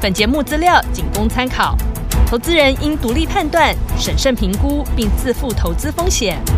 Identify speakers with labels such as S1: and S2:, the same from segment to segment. S1: 本节目资料仅供参考，投资人应独立判断、审慎评估，并自负投资风险。
S2: 听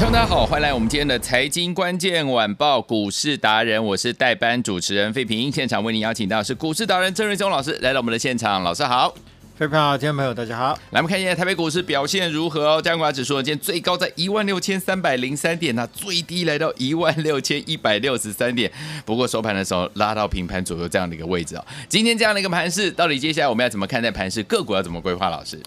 S2: 众大家好，欢迎来我们今天的财经关键晚报股市达人，我是代班主持人费平，现场为您邀请到是股市达人郑瑞忠老师来到我们的现场，老师好。
S3: 飞盘好，听众朋友大家好。
S2: 来，我们看一下台北股市表现如何哦。加权指数呢，今天最高在一万六千三百零三点那最低来到一万六千一百六十三点。不过收盘的时候拉到平盘左右这样的一个位置哦。今天这样的一个盘势，到底接下来我们要怎么看待盘势？个股要怎么规划？老师，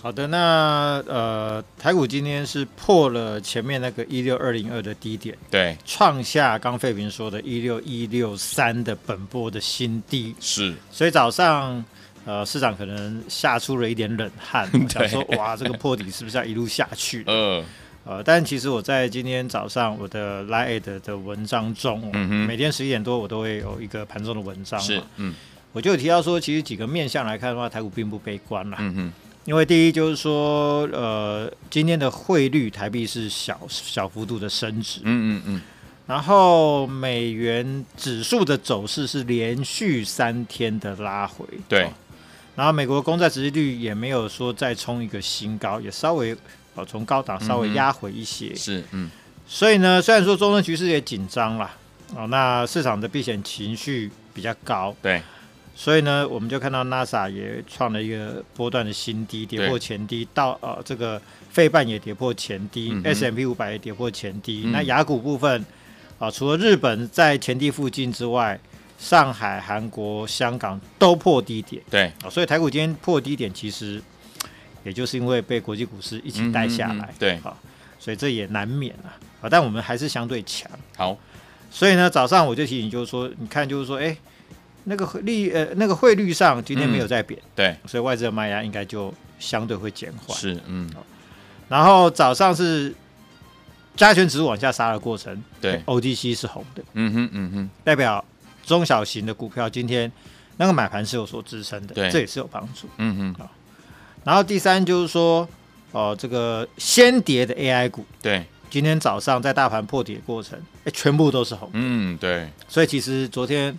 S3: 好的，那呃，台股今天是破了前面那个一六二零二的低点，
S2: 对，
S3: 创下刚费平说的一六一六三的本波的新低，
S2: 是，
S3: 所以早上呃市场可能吓出了一点冷汗 想说
S2: 对
S3: 哇这个破底是不是要一路下去？
S2: 呃，
S3: 呃，但其实我在今天早上我的 Line 的文章中，哦
S2: 嗯哼
S3: 每天十一点多我都会有一个盘中的文章
S2: 是
S3: 嘛，，
S2: 嗯
S3: 我就有提到说，其实几个面向来看的话，台股并不悲观啦。
S2: 嗯哼，
S3: 因为第一就是说，呃，今天的汇率台币是小小幅度的升值，
S2: 嗯嗯嗯，
S3: 然后美元指数的走势是连续三天的拉回，
S2: 对
S3: 哦，然后美国公债殖利率也没有说再冲一个新高，也稍微呃从高档
S2: 嗯
S3: 稍微
S2: 哼
S3: 压回一些，
S2: 是，嗯
S3: 所以呢，虽然说中东局势也紧张啦，哦，那市场的避险情绪比较高，
S2: 对，
S3: 所以呢，我们就看到 NASA 也创了一个波段的新低，跌破前低，到呃这个费半也跌破前低、
S2: 嗯哼
S3: s M P 五百也跌破前低。
S2: 嗯
S3: 那雅股部分啊、除了日本在前低附近之外，上海、韩国、香港都破低点
S2: 对，
S3: 啊、所以台股今天破低点，其实也就是因为被国际股市一起带下来
S2: 嗯，对
S3: 啊、所以这也难免啊啊、但我们还是相对强。
S2: 好，
S3: 所以呢，早上我就提醒，就是说，你看，就是说，哎、那个汇率呃，那个汇率上今天没有在贬，
S2: 对，
S3: 所以外资的卖压应该就相对会减缓。
S2: 嗯是，嗯，
S3: 然后早上是加权指数往下杀的过程，
S2: 对，
S3: ，OTC 是红的，
S2: 嗯哼，嗯哼，
S3: 代表中小型的股票今天那个买盘是有所支撑的
S2: 对，
S3: 这也是有帮助。
S2: 嗯哼，
S3: 然后第三就是说，哦、这个先跌的 AI 股，
S2: 对，
S3: 今天早上在大盘破底的过程，哎、全部都是红的。
S2: 嗯，对，
S3: 所以其实昨天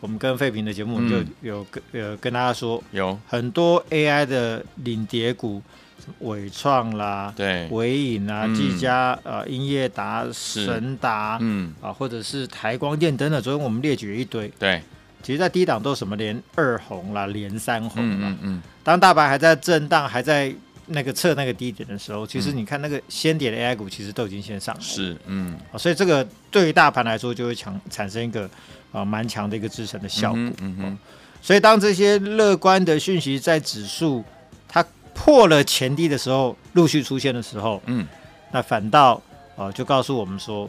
S3: 我们跟费平的节目，我们就
S2: 嗯
S3: 有跟、呃跟大家说，
S2: 有，
S3: 很多 AI 的领跌股，什么伟创啦、
S2: 对，
S3: 伟影啊、
S2: 嗯
S3: 技嘉、呃英业达、神达。
S2: 嗯，
S3: 啊，或者是台光电等等，昨天我们列举了一堆，
S2: 对，
S3: 其实，在低档都什么连二红啦，连三红啦。
S2: 嗯嗯嗯，
S3: 当大盘还在震荡，还在那个测那个低点的时候，其实你看那个先跌的 AI 股，其实都已经先上来了。
S2: 是，嗯，
S3: 啊，所以这个对于大盘来说就会强产生一个啊蛮强的一个支撑的效果。
S2: 嗯哼嗯哼，
S3: 所以当这些乐观的讯息在指数它破了前低的时候，陆续出现的时候，
S2: 嗯，
S3: 那反倒啊就告诉我们说，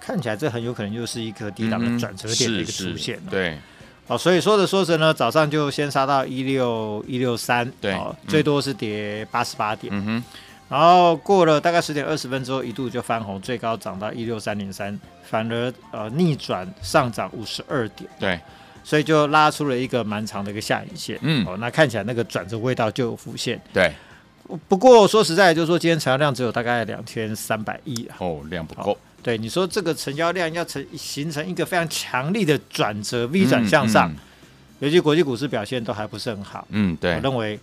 S3: 看起来这很有可能又是一个低档的转折点的一个
S2: 嗯是
S3: 出现
S2: 是
S3: 了。
S2: 对，
S3: 哦，所以说着说着呢，早上就先杀到一六一六三，
S2: 对
S3: 哦
S2: 嗯
S3: 最多是跌八十八点，
S2: 嗯哼，
S3: 然后过了大概十点二十分之后，一度就翻红，最高涨到一六三零三，反而呃逆转上涨五十二点，
S2: 对，
S3: 所以就拉出了一个蛮长的一个下影线。
S2: 嗯
S3: 哦，那看起来那个转折味道就有浮现。
S2: 对，
S3: 不过说实在，就是说今天成交量只有大概两千三百亿啊。
S2: 哦，量不够，
S3: 对，你说这个成交量要成形成一个非常强力的转折 V 转向上，
S2: 嗯
S3: 尤其国际股市表现都还不是很好，
S2: 嗯，嗯，
S3: 我
S2: 对，
S3: 认为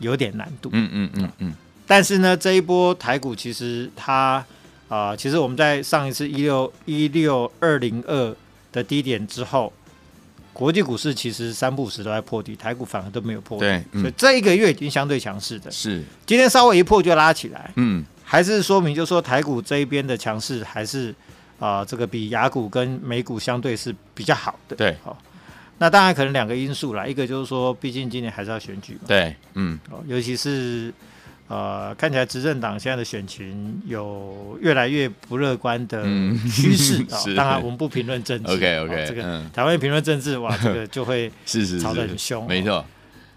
S3: 有点难度。
S2: 嗯嗯嗯嗯，
S3: 但是呢，这一波台股其实它啊、其实我们在上一次一六一六二零二的低点之后，国际股市其实三不五时都在破底，台股反而都没有破底。
S2: 对，
S3: 所
S2: 嗯，
S3: 以这一个月已经相对强势的，
S2: 是，
S3: 今天稍微一破就拉起来，
S2: 嗯，
S3: 还是说明就说台股这一边的强势还是啊、这个比雅股跟美股相对是比较好的。
S2: 对
S3: 好、那当然可能两个因素啦，一个就是说，毕竟今年还是要选举嘛，
S2: 对，嗯，
S3: 哦，尤其是呃，看起来执政党现在的选情有越来越不乐观的 趋势啊、
S2: 嗯是
S3: 当然，我们不评论政治。
S2: OK，OK，
S3: 哦这个、
S2: 嗯
S3: 台湾评论政治，哇，这个就会
S2: 是是
S3: 吵得
S2: 是
S3: 很凶哦
S2: 没错，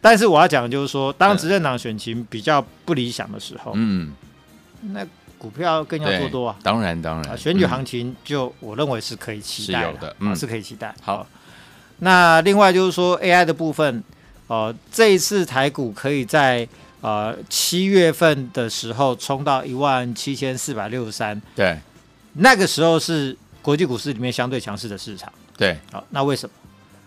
S3: 但是我要讲的就是说，当
S2: 嗯
S3: 执政党选情比较不理想的时候，
S2: 嗯，
S3: 那股票更要
S2: 对
S3: 做多啊。
S2: 当然当然，
S3: 啊，选举
S2: 嗯
S3: 行情就我认为是可以期待
S2: 是有的
S3: 啊
S2: 嗯
S3: 是可以期待。
S2: 好
S3: 啊，那另外就是说 AI 的部分，呃，这一次台股可以在呃七月份的时候冲到一万七千四百六十三，
S2: 对
S3: 那个时候是国际股市里面相对强势的市场。
S2: 对
S3: 好、那为什么？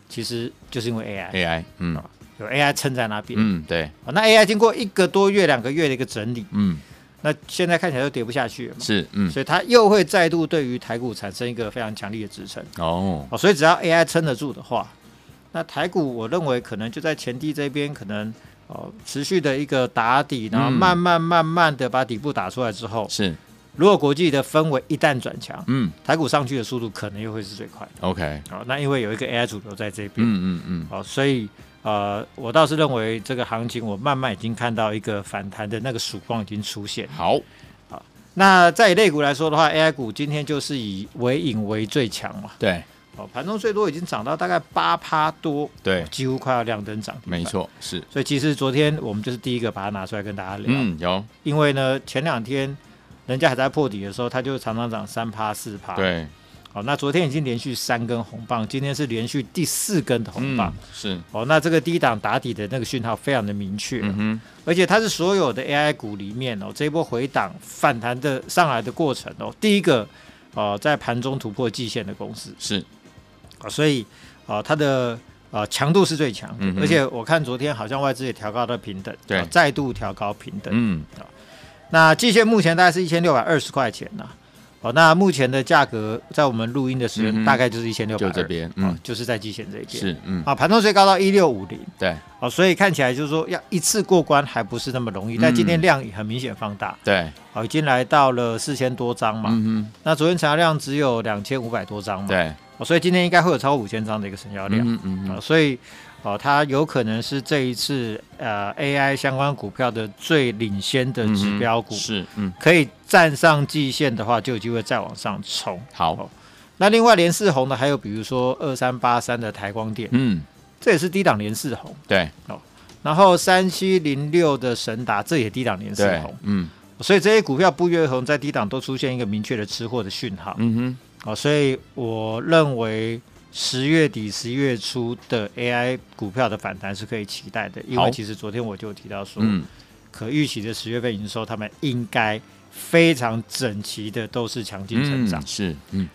S3: 其实就是因为 AI
S2: AI，嗯
S3: 有 AI 撑在那边。
S2: 嗯对，
S3: 啊那 AI 经过一个多月、两个月的一个整理，
S2: 嗯
S3: 那现在看起来又跌不下去了嘛，
S2: 是嗯
S3: 所以它又会再度对于台股产生一个非常强力的支撑。
S2: 哦
S3: 哦，所以只要 AI 撑得住的话，那台股我认为可能就在前低这边，可能哦持续的一个打底，然后
S2: 嗯
S3: 慢慢慢慢的把底部打出来之后，
S2: 是
S3: 如果国际的氛围一旦转强，
S2: 嗯
S3: 台股上去的速度可能又会是最快的。
S2: OK，
S3: 哦，那因为有一个 AI 主流在这边，
S2: 嗯嗯嗯
S3: 哦，所以呃，我倒是认为这个行情我慢慢已经看到一个反弹的那个曙光已经出现。
S2: 好，
S3: 那在以类股来说的话，AI 股今天就是以尾影为最强嘛，
S2: 对
S3: 哦，盘中最多已经涨到大概八趴多，
S2: 对，
S3: 几乎快要亮灯涨停，
S2: 没。错是，
S3: 所以其实昨天我们就是第一个把它拿出来跟大家聊，
S2: 嗯有
S3: 因为呢前两天人家还在破底的时候，它就常常涨三趴四趴。，
S2: 对，
S3: 好、那昨天已经连续三根红棒，今天是连续第四根的红棒
S2: 嗯。是，
S3: 哦，那这个低档打底的那个讯号非常的明确，
S2: 嗯哼
S3: 而且它是所有的 AI 股里面哦，这一波回档反弹的上来的过程哦，第一个哦在盘中突破季线的公司，
S2: 是
S3: 啊，所以啊、它的啊强、度是最强的、
S2: 嗯哼
S3: 而且我看昨天好像外资也调高到平等，
S2: 对
S3: 啊再度调高平等。
S2: 嗯
S3: 那季线目前大概是一千六百二十块钱呐、哦，那目前的价格在我们录音的时
S2: 嗯哼
S3: 间大概就是一千六百，
S2: 就这边
S3: 啊
S2: 嗯，
S3: 就是在季线这一边。
S2: 是嗯
S3: 啊，盘中最高到一六五零，
S2: 对
S3: 哦，所以看起来就是说要一次过关还不是那么容易，但今
S2: 嗯
S3: 天量也很明显放大，
S2: 对
S3: 哦，已经来到了四千多张嘛、
S2: 嗯哼
S3: 那昨天成交量只有两千五百多张嘛，
S2: 对
S3: 哦，所以今天应该会有超过五千张的一个成交量。
S2: 嗯哼嗯
S3: 啊、
S2: 哼
S3: 所以哦，它有可能是这一次呃 AI 相关股票的最领先的
S2: 嗯
S3: 指
S2: 哼
S3: 标股，
S2: 是嗯
S3: 可以站上季线的话，就有机会再往上冲。
S2: 好
S3: 那另外连四红的还有比如说二三八三的台光电，
S2: 嗯
S3: 这也是低档连四红。
S2: 对
S3: 然后三七零六的神达，这也低档连四
S2: 对
S3: 红，
S2: 嗯
S3: 所以这些股票不约而同在低档都出现一个明确的吃货的讯号。
S2: 嗯哼
S3: 哦，所以我认为十月底、十一月初的 AI 股票的反弹是可以期待的，因
S2: 好
S3: 为其实昨天我就有提到说，
S2: 嗯
S3: 可预期的十月份营收，他们应该非常整齐的都是强劲成长，
S2: 嗯是嗯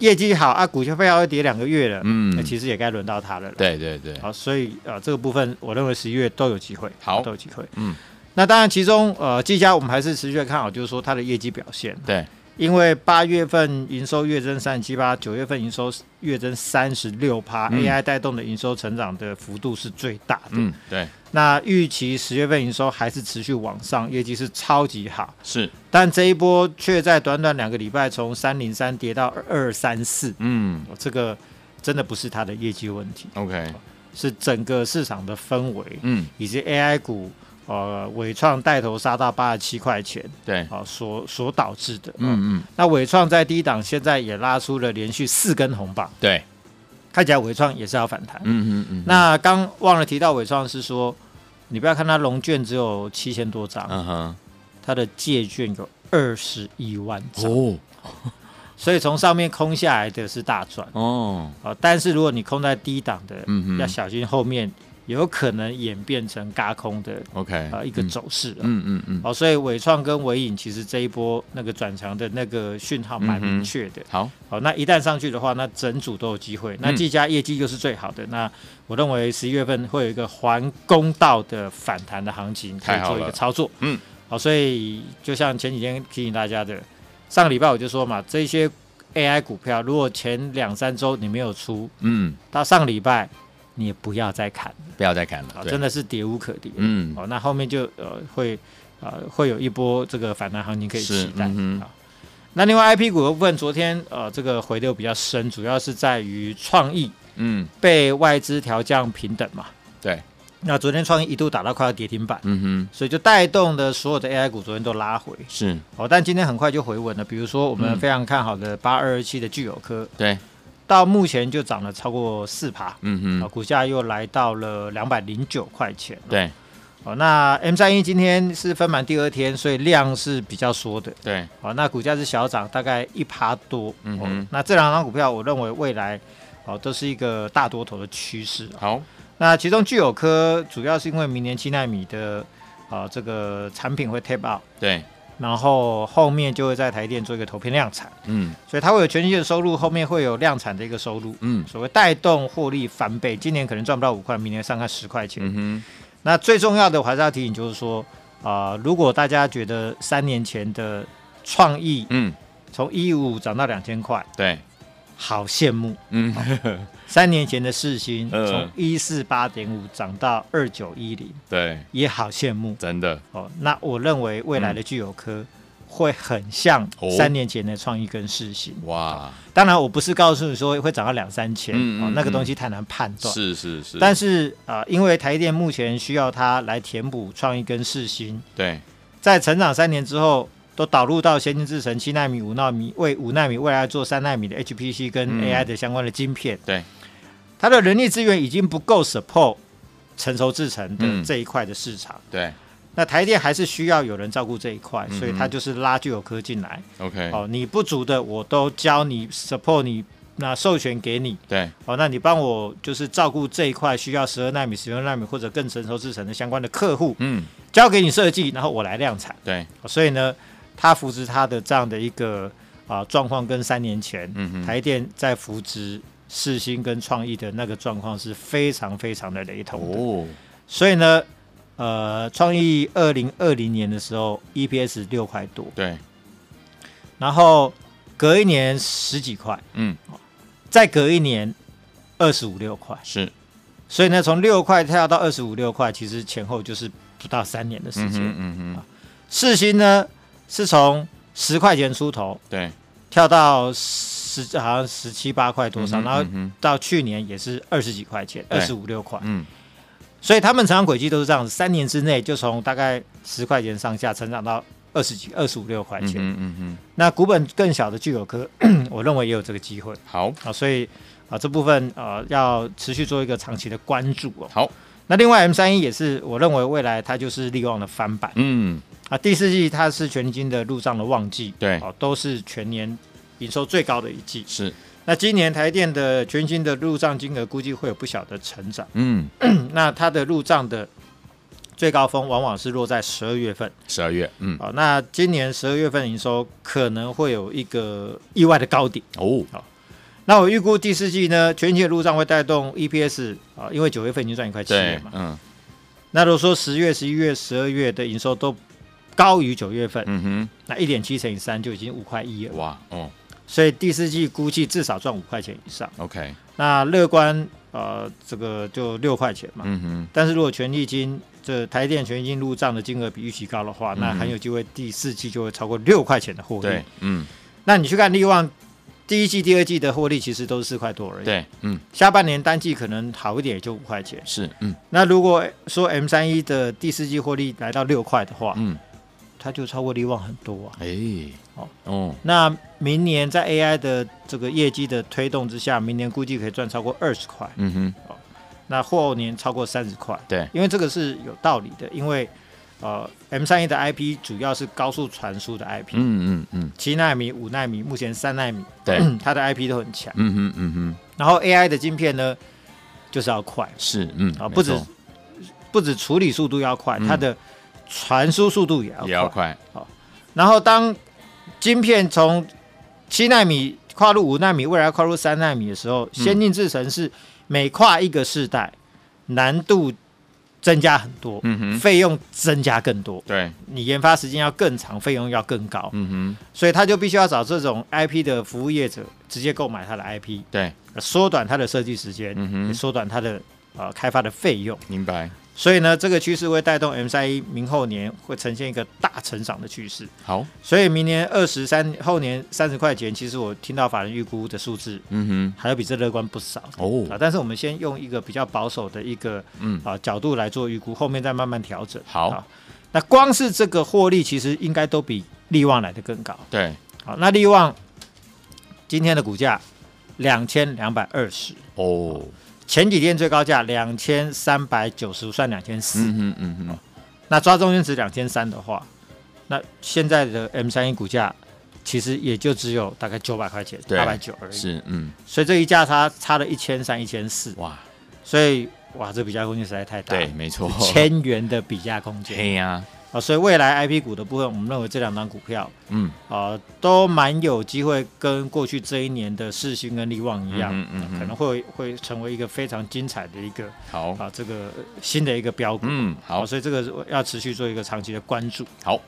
S3: 业绩好啊，股价费要跌两个月了，
S2: 嗯
S3: 那其实也该轮到它了啦。
S2: 对对对
S3: 好，所以呃，这个部分我认为十一月都有机会，
S2: 好
S3: 都有机会。
S2: 嗯，
S3: 那当然，其中呃，技嘉我们还是持续地看好，就是说它的业绩表现。
S2: 对
S3: 因为八月份营收月增三十七趴，九月份营收月增三十六趴
S2: 嗯
S3: ，AI 带动的营收成长的幅度是最大的。
S2: 嗯对
S3: 那预期十月份营收还是持续往上，业绩是超级好，
S2: 是
S3: 但这一波却在短短两个礼拜从三零三跌到二三四，
S2: 嗯
S3: 哦这个真的不是它的业绩问题，
S2: OK
S3: 是整个市场的氛围，
S2: 嗯
S3: 以及 AI 股呃伟创带头杀到八十七块钱
S2: 对
S3: 啊、哦所所导致的。哦
S2: 嗯嗯
S3: 那伟创在低档现在也拉出了连续四根红棒，
S2: 对
S3: 看起来伟创也是要反弹。
S2: 嗯嗯嗯
S3: 那刚忘了提到伟创是说，你不要看它龙券只有七千多张，
S2: 嗯哼
S3: 它的借券有二十一万张，
S2: 哦
S3: 所以从上面空下来的是大赚
S2: 哦
S3: 啊。但是如果你空在低档的，
S2: 嗯哼
S3: 要小心后面有可能演变成嘎空的
S2: OK
S3: 啊、呃一个走势了。
S2: 哎嗯嗯嗯嗯
S3: 哦，所以伟创跟伟影其实这一波那个转强的那个讯号蛮
S2: 嗯哼
S3: 明确的，
S2: 好
S3: 好，那一旦上去的话，那整组都有机会。那
S2: 嗯
S3: 技嘉业绩又是最好的，那我认为十一月份会有一个还公道的反弹的行情，可
S2: 太
S3: 以
S2: 好
S3: 做一
S2: 了
S3: 个操作。
S2: 嗯，
S3: 好，所以就像前几天提醒大家的，上个礼拜我就说嘛，这些 AI 股票如果前两三周你没有出，
S2: 嗯
S3: 到上个礼拜你也不要再砍了，
S2: 不要再看了
S3: 啊，
S2: 对
S3: 真的是跌无可跌。
S2: 嗯
S3: 哦，那后面就呃会呃会有一波这个反弹行情可以
S2: 是
S3: 期待啊、
S2: 嗯哼
S3: 那另外 I P 股的部分，昨天呃这个回流比较深，主要是在于创意
S2: 嗯
S3: 被外资调降平等嘛。
S2: 对，
S3: 那昨天创意一度打到快要跌停板，
S2: 嗯哼，
S3: 所以就带动的所有的 AI 股昨天都拉回。
S2: 是
S3: 哦，但今天很快就回稳了。比如说我们
S2: 嗯
S3: 非常看好的八二二七的聚友科，
S2: 对，
S3: 到目前就涨了超过四趴，
S2: 嗯
S3: 啊，
S2: 哼，
S3: 股价又来到了两百零九块钱。
S2: 对
S3: 哦，那 M 三一今天是分盘第二天，所以量是比较缩的。
S2: 对，
S3: 哦，那股价是小涨，大概一趴多。
S2: 嗯
S3: 哦
S2: 哼
S3: 那这两张股票，我认为未来哦都是一个大多头的趋势。
S2: 好，
S3: 那其中聚友科主要是因为明年七纳米的啊这个产品会 tape out，
S2: 对，
S3: 然后后面就会在台电做一个投片量产，
S2: 嗯
S3: 所以它会有全新的收入，后面会有量产的一个收入。
S2: 嗯
S3: 所谓带动获利翻倍，今年可能赚不到五块，明年上看十块钱。
S2: 嗯哼，
S3: 那最重要的我还是要提醒，就是说，啊、如果大家觉得三年前的创意
S2: 嗯
S3: 从一五涨到两千块，
S2: 对，
S3: 好羡慕；
S2: 嗯
S3: 三年前的世新
S2: 嗯
S3: 从一四八点五涨到二九一零，
S2: 对，
S3: 也好羡慕
S2: 真的
S3: 哦。那我认为未来的具有科会很像
S2: 嗯哦
S3: 三年前的创意跟世新。
S2: 哇，
S3: 当然，我不是告诉你说会涨到两三千
S2: 嗯
S3: 哦
S2: 嗯，
S3: 那个
S2: 嗯
S3: 东西太难判断。
S2: 是是是，
S3: 但是啊、呃因为台电目前需要它来填补创意跟世新，
S2: 对，
S3: 在成长三年之后，都导入到先进制程七纳米、五纳米，为五纳米未来做三纳米的 HPC 跟
S2: 嗯
S3: AI 的相关的晶片。
S2: 对，
S3: 它的人力资源已经不够 support 成熟制程的
S2: 嗯
S3: 这一块的市场。
S2: 对
S3: 那台电还是需要有人照顾这一块，所以它
S2: 嗯哼
S3: 就是拉具有科进来。
S2: ，OK，
S3: 哦，你不足的我都教你 support 你。那授权给你，
S2: 对，
S3: 哦，那你帮我就是照顾这一块需要十二纳米、十六纳米或者更成熟制程的相关的客户，
S2: 嗯
S3: 交给你设计，然后我来量产。
S2: 对，
S3: 哦所以呢，他扶植他的这样的一个啊状况，跟三年前、
S2: 嗯哼
S3: 台电在扶植世新跟创意的那个状况是非常非常的雷同的。
S2: 哦，
S3: 所以呢，呃，创意二零二零年的时候 EPS 六块多，
S2: 对，
S3: 然后隔一年十几块，
S2: 嗯
S3: 再隔一年二十五六块。
S2: 是，
S3: 所以呢，从六块跳到二十五六块，其实前后就是不到三年的时
S2: 嗯
S3: 间。
S2: 哼嗯
S3: 啊
S2: 哼，
S3: 世新呢是从十块钱出头
S2: 对，
S3: 跳到十，好像十七八块多少，
S2: 嗯哼
S3: 然后
S2: 嗯哼
S3: 到去年也是二十几块钱，
S2: 对
S3: 二十五六块。
S2: 嗯
S3: 所以他们成长轨迹都是这样子，三年之内就从大概十块钱上下成长到二十几、二十五六块
S2: 嗯
S3: 钱。
S2: 哼嗯哼，
S3: 那股本更小的具有科， 我认为也有这个机会
S2: 好，
S3: 啊，所以啊这部分呃要持续做一个长期的关注哦。
S2: 好，
S3: 那另外 M 三一也是，我认为未来它就是利旺的翻版
S2: 嗯
S3: 啊。第四季它是全金的入账的旺季，
S2: 对
S3: 哦，都是全年营收最高的一季。
S2: 是，
S3: 那今年台电的全新的入账金额估计会有不小的成长，
S2: 嗯
S3: 嗯那它的入账的最高峰往往是落在十二月份，
S2: 十二月，嗯
S3: 哦，那今年十二月份营收可能会有一个意外的高点。
S2: 哦，
S3: 那我预估第四季呢，全新的入账会带动 EPS 啊、因为九月份已经赚一块七了
S2: 对
S3: 嘛，。
S2: 嗯
S3: 那如果说十月、十一月、十二月的营收都高于九月份，
S2: 嗯
S3: 那一点七乘以三就已经五块一
S2: 哼，
S3: 了，
S2: 哇哦
S3: 所以第四季估计至少赚五块钱以上。
S2: ，OK，
S3: 那乐观呃，这个就六块钱嘛。
S2: 嗯哼，
S3: 但是如果权利金这台电权利金入账的金额比预期高的话，
S2: 嗯
S3: 那很有机会第四季就会超过六块钱的获利
S2: 对。，嗯
S3: 那你去看利旺。第一季、第二季的获利其实都是四块多而已，
S2: 对，嗯
S3: 下半年单季可能好一点，也就五块钱。
S2: 是，嗯
S3: 那如果说 M 三一的第四季获利来到六块的话，
S2: 嗯，
S3: 它就超过利旺很多啊。
S2: 哎，
S3: 哦
S2: 哦，
S3: 那明年在 AI 的这个业绩的推动之下，明年估计可以赚超过二十块，
S2: 嗯哼，
S3: 那后年超过三十块。
S2: 对，
S3: 因为这个是有道理的，因为呃 M 三一的 IP 主要是高速传输的 IP，
S2: 嗯嗯嗯，
S3: 七纳米、五纳米，目前三纳米，
S2: 对，
S3: 它的 IP 都很强。
S2: 嗯哼嗯哼，
S3: 然后 AI 的晶片呢，就是要快
S2: 是，嗯
S3: 啊，
S2: 没
S3: 不止
S2: 错
S3: 不止处理速度要快，
S2: 嗯
S3: 它的传输速度也要
S2: 也
S3: 啊快
S2: 要。快，
S3: 然后当晶片从七纳米跨入五纳米，未来跨入三纳米的时候，先进制程是每跨一个世代，难度增加很多，
S2: 嗯哼，
S3: 费用增加更多，
S2: 对，
S3: 你研发时间要更长，费用要更高，
S2: 嗯哼，
S3: 所以他就必须要找这种 IP 的服务业者直接购买他的 IP，
S2: 对，
S3: 缩短他的设计时间，
S2: 嗯哼
S3: 也缩短他的呃开发的费用。
S2: 明白，
S3: 所以呢，这个趋势会带动 MSCI 明后年会呈现一个大成长的趋势。
S2: 好，
S3: 所以明年二十三，后年三十块钱，其实我听到法人预估的数字
S2: 嗯
S3: 还要比这乐观不少
S2: 哼，哦，
S3: 啊。但是我们先用一个比较保守的一个
S2: 嗯，
S3: 啊角度来做预估，后面再慢慢调整。
S2: 好
S3: 啊，那光是这个获利，其实应该都比利旺来的更高。
S2: 对，
S3: 好，那利旺今天的股价两千两百二十，
S2: 哦，
S3: 前几天最高价两千三百九十，算两千四。
S2: 嗯哼嗯
S3: 啊
S2: 哼，
S3: 那抓中间值两千三的话，那现在的 M 三一股价其实也就只有大概九百块钱，
S2: 对
S3: 八百九而已。
S2: 是，嗯，
S3: 所以这一价差差了一千三、一千四，
S2: 哇，
S3: 所以哇，这比价空间实在太大。
S2: 对，。没错，
S3: 千元的比价空间
S2: 嘿呀，
S3: 啊、所以未来 IP 股的部分，我们认为这两张股票
S2: 嗯，
S3: 啊、都蛮有机会跟过去这一年的世新跟力旺一样，哦
S2: 嗯哼嗯哼
S3: 可能会会成为一个非常精彩的一个
S2: 好，
S3: 啊这个呃新的一个标股。
S2: 哦嗯，好
S3: 好，，所以这个是要持续做一个长期的关注。
S2: 好，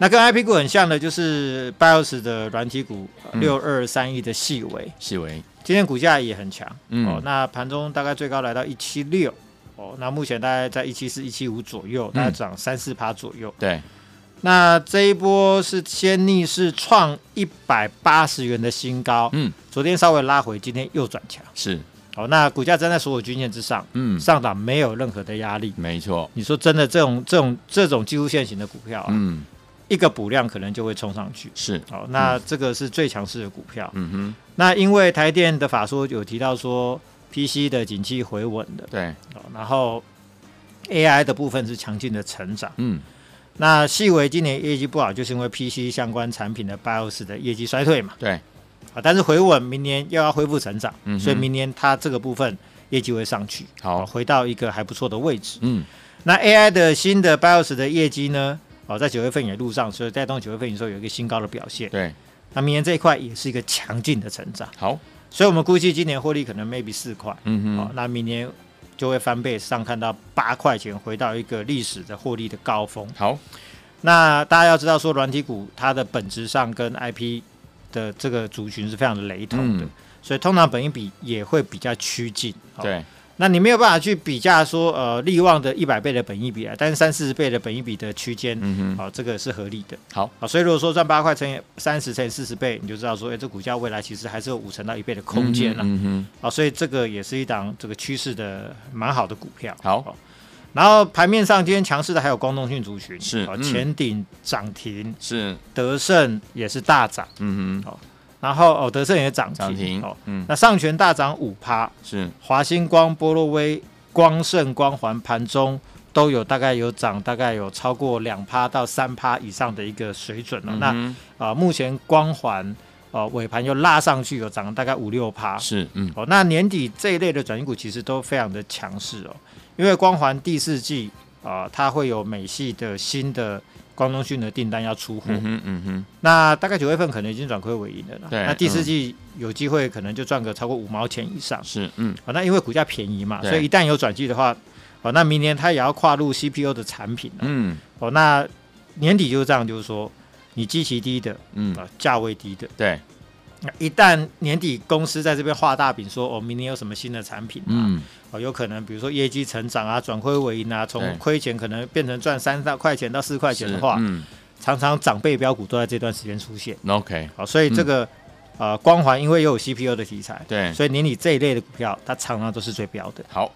S3: 那跟 IP 股很像的，就是 BIOS 的软体股
S2: 嗯
S3: 六二三亿的细微，
S2: 细微，
S3: 今天股价也很强、
S2: 嗯
S3: 哦。那盘中大概最高来到一七六哦，那目前大概在一七四、一七五左
S2: 嗯
S3: 右，大概涨三四趴左右。
S2: 对，
S3: 那这一波是先逆势创一百八十元的新高，
S2: 嗯，
S3: 昨天稍微拉回，今天又转强。
S2: 是，
S3: 好、那股价站在所有均线之上，
S2: 嗯，
S3: 上档没有任何的压力。
S2: 没错，
S3: 你说真的，这种这种这种技术线型的股票啊，
S2: 嗯，
S3: 一个补量可能就会冲上去。
S2: 是，
S3: 好，那这个是最强势的股票。
S2: 嗯
S3: 那因为台电的法说有提到说，PC 的景气回稳的
S2: 哼，，对，
S3: 哦然后 AI 的部分是强劲的成长。
S2: 嗯，
S3: 那细微今年业绩不好，就是因为 PC 相关产品的 BIOS 的业绩衰退嘛。
S2: 对，
S3: 啊，但是回稳，明年又要恢复成长，
S2: 嗯哼
S3: 所以明年它这个部分业绩会上去，
S2: 好
S3: 哦回到一个还不错的位置。
S2: 嗯，
S3: 那 AI 的新的 BIOS 的业绩呢？哦，在九月份也路上，所以带动九月份营收有一个新高的表现。
S2: 对，
S3: 那明年这一块也是一个强劲的成长，
S2: 好，
S3: 所以我们估计今年获利可能 maybe 四块，
S2: 嗯
S3: 哦
S2: 哼，，
S3: 那明年就会翻倍上看到八块钱，回到一个历史的获利的高峰。
S2: 好，
S3: 那大家要知道说，软体股它的本质上跟 IP 的这个族群是非常的雷同的，
S2: 嗯
S3: 所以通常本益比也会比较趋近。哦，
S2: 对，
S3: 那你没有办法去比价说，呃，利旺的一百倍的本益比啊，但是三四十倍的本益比的区间，
S2: 嗯哼，
S3: 好、这个是合理的。
S2: 好，
S3: 啊，所以如果说赚八块乘以三十乘以四十倍，你就知道说，哎，这股价未来其实还是有五成到一倍的空间了、啊。
S2: 嗯哼，
S3: 所以这个也是一档这个趋势的蛮好的股票。
S2: 好
S3: 哦然后盘面上今天强势的还有光通讯族群，
S2: 是
S3: 啊
S2: 嗯
S3: 前顶涨停，
S2: 是，
S3: 德胜也是大涨，
S2: 嗯哼，
S3: 然后哦德胜也涨停，
S2: 涨停
S3: 哦，，
S2: 嗯，
S3: 那上权大涨五趴，
S2: 是，嗯
S3: 华星光、波洛威、光盛、光环盘中都有大概有涨，大概有超过两趴到三趴以上的一个水准了、那
S2: 嗯
S3: 啊、目前光环啊尾盘又拉上去，有涨了大概五六趴
S2: 哼。是，嗯，
S3: 哦，那年底这一类的转型股其实都非常的强势哦，因为光环第四季啊、它会有美系的新的光通讯的订单要出货，
S2: 嗯哼，嗯哼，
S3: 那大概九月份可能已经转亏为盈了啦。
S2: 对嗯
S3: 那第四季有机会可能就赚个超过五毛钱以上。
S2: 是，嗯，
S3: 啊，那因为股价便宜嘛，
S2: 对
S3: 所以一旦有转机的话，哦，那明年它也要跨入 CPU 的产品了。
S2: 嗯，
S3: 哦，那年底就是这样，就是说你基期低的
S2: 嗯，
S3: 啊，价位低的，
S2: 对，
S3: 那一旦年底公司在这边画大饼说，哦，明年有什么新的产品啊，
S2: 嗯，
S3: 哦，有可能比如说业绩成长啊，转亏为盈啊，
S2: 对
S3: 从亏钱可能变成赚三到块钱到四块钱的话，
S2: 嗯
S3: 常常长辈标股都在这段时间出现。
S2: ，OK，
S3: 好，所以这个、呃光环因为又有 CPU 的题材，
S2: 嗯对
S3: 所以年底这一类的股票，它常常都是最标的。
S2: 好，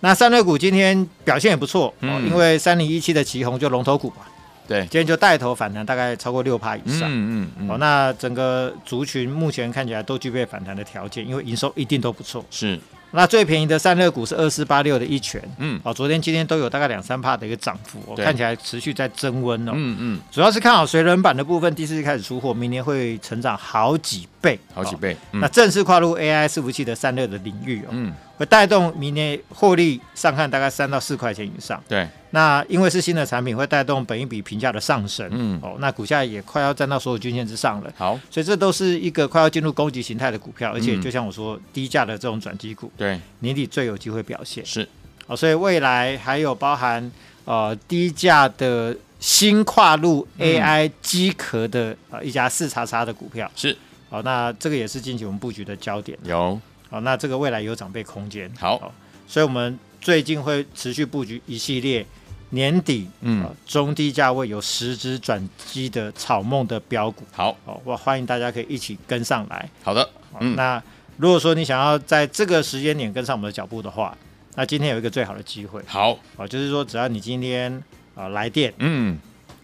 S3: 那三类股今天表现也不错，哦
S2: 嗯
S3: 因为三零一七的旗红就龙头股嘛，
S2: 对，
S3: 今天就带头反弹大概超过六趴以上。
S2: 嗯嗯
S3: 哦，
S2: 嗯，
S3: 那整个族群目前看起来都具备反弹的条件，因为营收一定都不错。
S2: 是，
S3: 那最便宜的散热股是二四八六的一拳，
S2: 嗯
S3: 哦，昨天今天都有大概两三帕的一个涨幅、哦，
S2: 对
S3: 看起来持续在增温哦。
S2: 嗯嗯，
S3: 主要是看好水冷板的部分，第四季开始出货，明年会成长好几倍，
S2: 好几
S3: 哦。
S2: 倍，
S3: 那
S2: 嗯
S3: 正式跨入 AI 伺服器的散热的领域哦，
S2: 嗯，
S3: 会带动明年获利上看大概三到四块钱以上。
S2: 对，
S3: 那因为是新的产品，会带动本一比评价的上升，
S2: 嗯
S3: 哦，那股价也快要站到所有均线之上了，
S2: 好，
S3: 所以这都是一个快要进入攻击形态的股票，而且
S2: 嗯
S3: 就像我说，低价的这种转机股，
S2: 对，
S3: 年底最有机会表现。
S2: 是，
S3: 哦，所以未来还有包含呃低价的新跨入
S2: 嗯
S3: AI 机壳的、呃一家四叉叉的股票，
S2: 是
S3: 哦，那这个也是近期我们布局的焦点，
S2: 有，
S3: 哦，那这个未来有涨倍空间，
S2: 好
S3: 哦，所以我们最近会持续布局一系列年底
S2: 嗯
S3: 呃中低价位有实质转机的草梦的标股。
S2: 好
S3: 哦，我欢迎大家可以一起跟上来。哦
S2: 好的，嗯，
S3: 那如果说你想要在这个时间点跟上我们的脚步的话，那今天有一个最好的机会
S2: 好，
S3: 哦，就是说只要你今天啊、呃来电
S2: 嗯，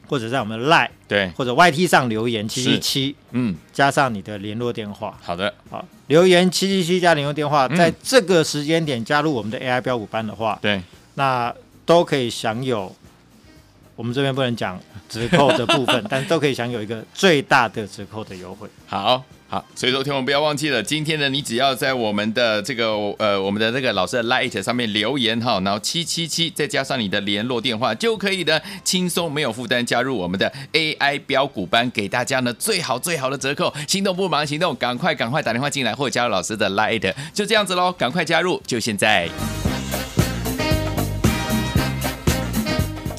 S3: 或者在我们 Line
S2: 对，
S3: 或者 YT 上留言七七七，
S2: 嗯，
S3: 加上你的联络电话，
S2: 好的，
S3: 好、留言七七七加联络电话，
S2: 嗯
S3: 在这个时间点加入我们的 AI 标股班的话，
S2: 对，
S3: 那都可以享有。我们这边不能讲折扣的 部分，但都可以享有一个最大的折扣的优惠。
S2: 好。好，所以说听我们不要忘记了，今天呢，你只要在我们的这个呃我们的这个老师的 Light 上面留言哈，然后七七七再加上你的联络电话就可以呢，轻松没有负担加入我们的 AI 标股班，给大家呢最好最好的折扣，心动不忙行动，赶快赶快打电话进来或者加入老师的 Light，就这样子喽，赶快加入，就现在。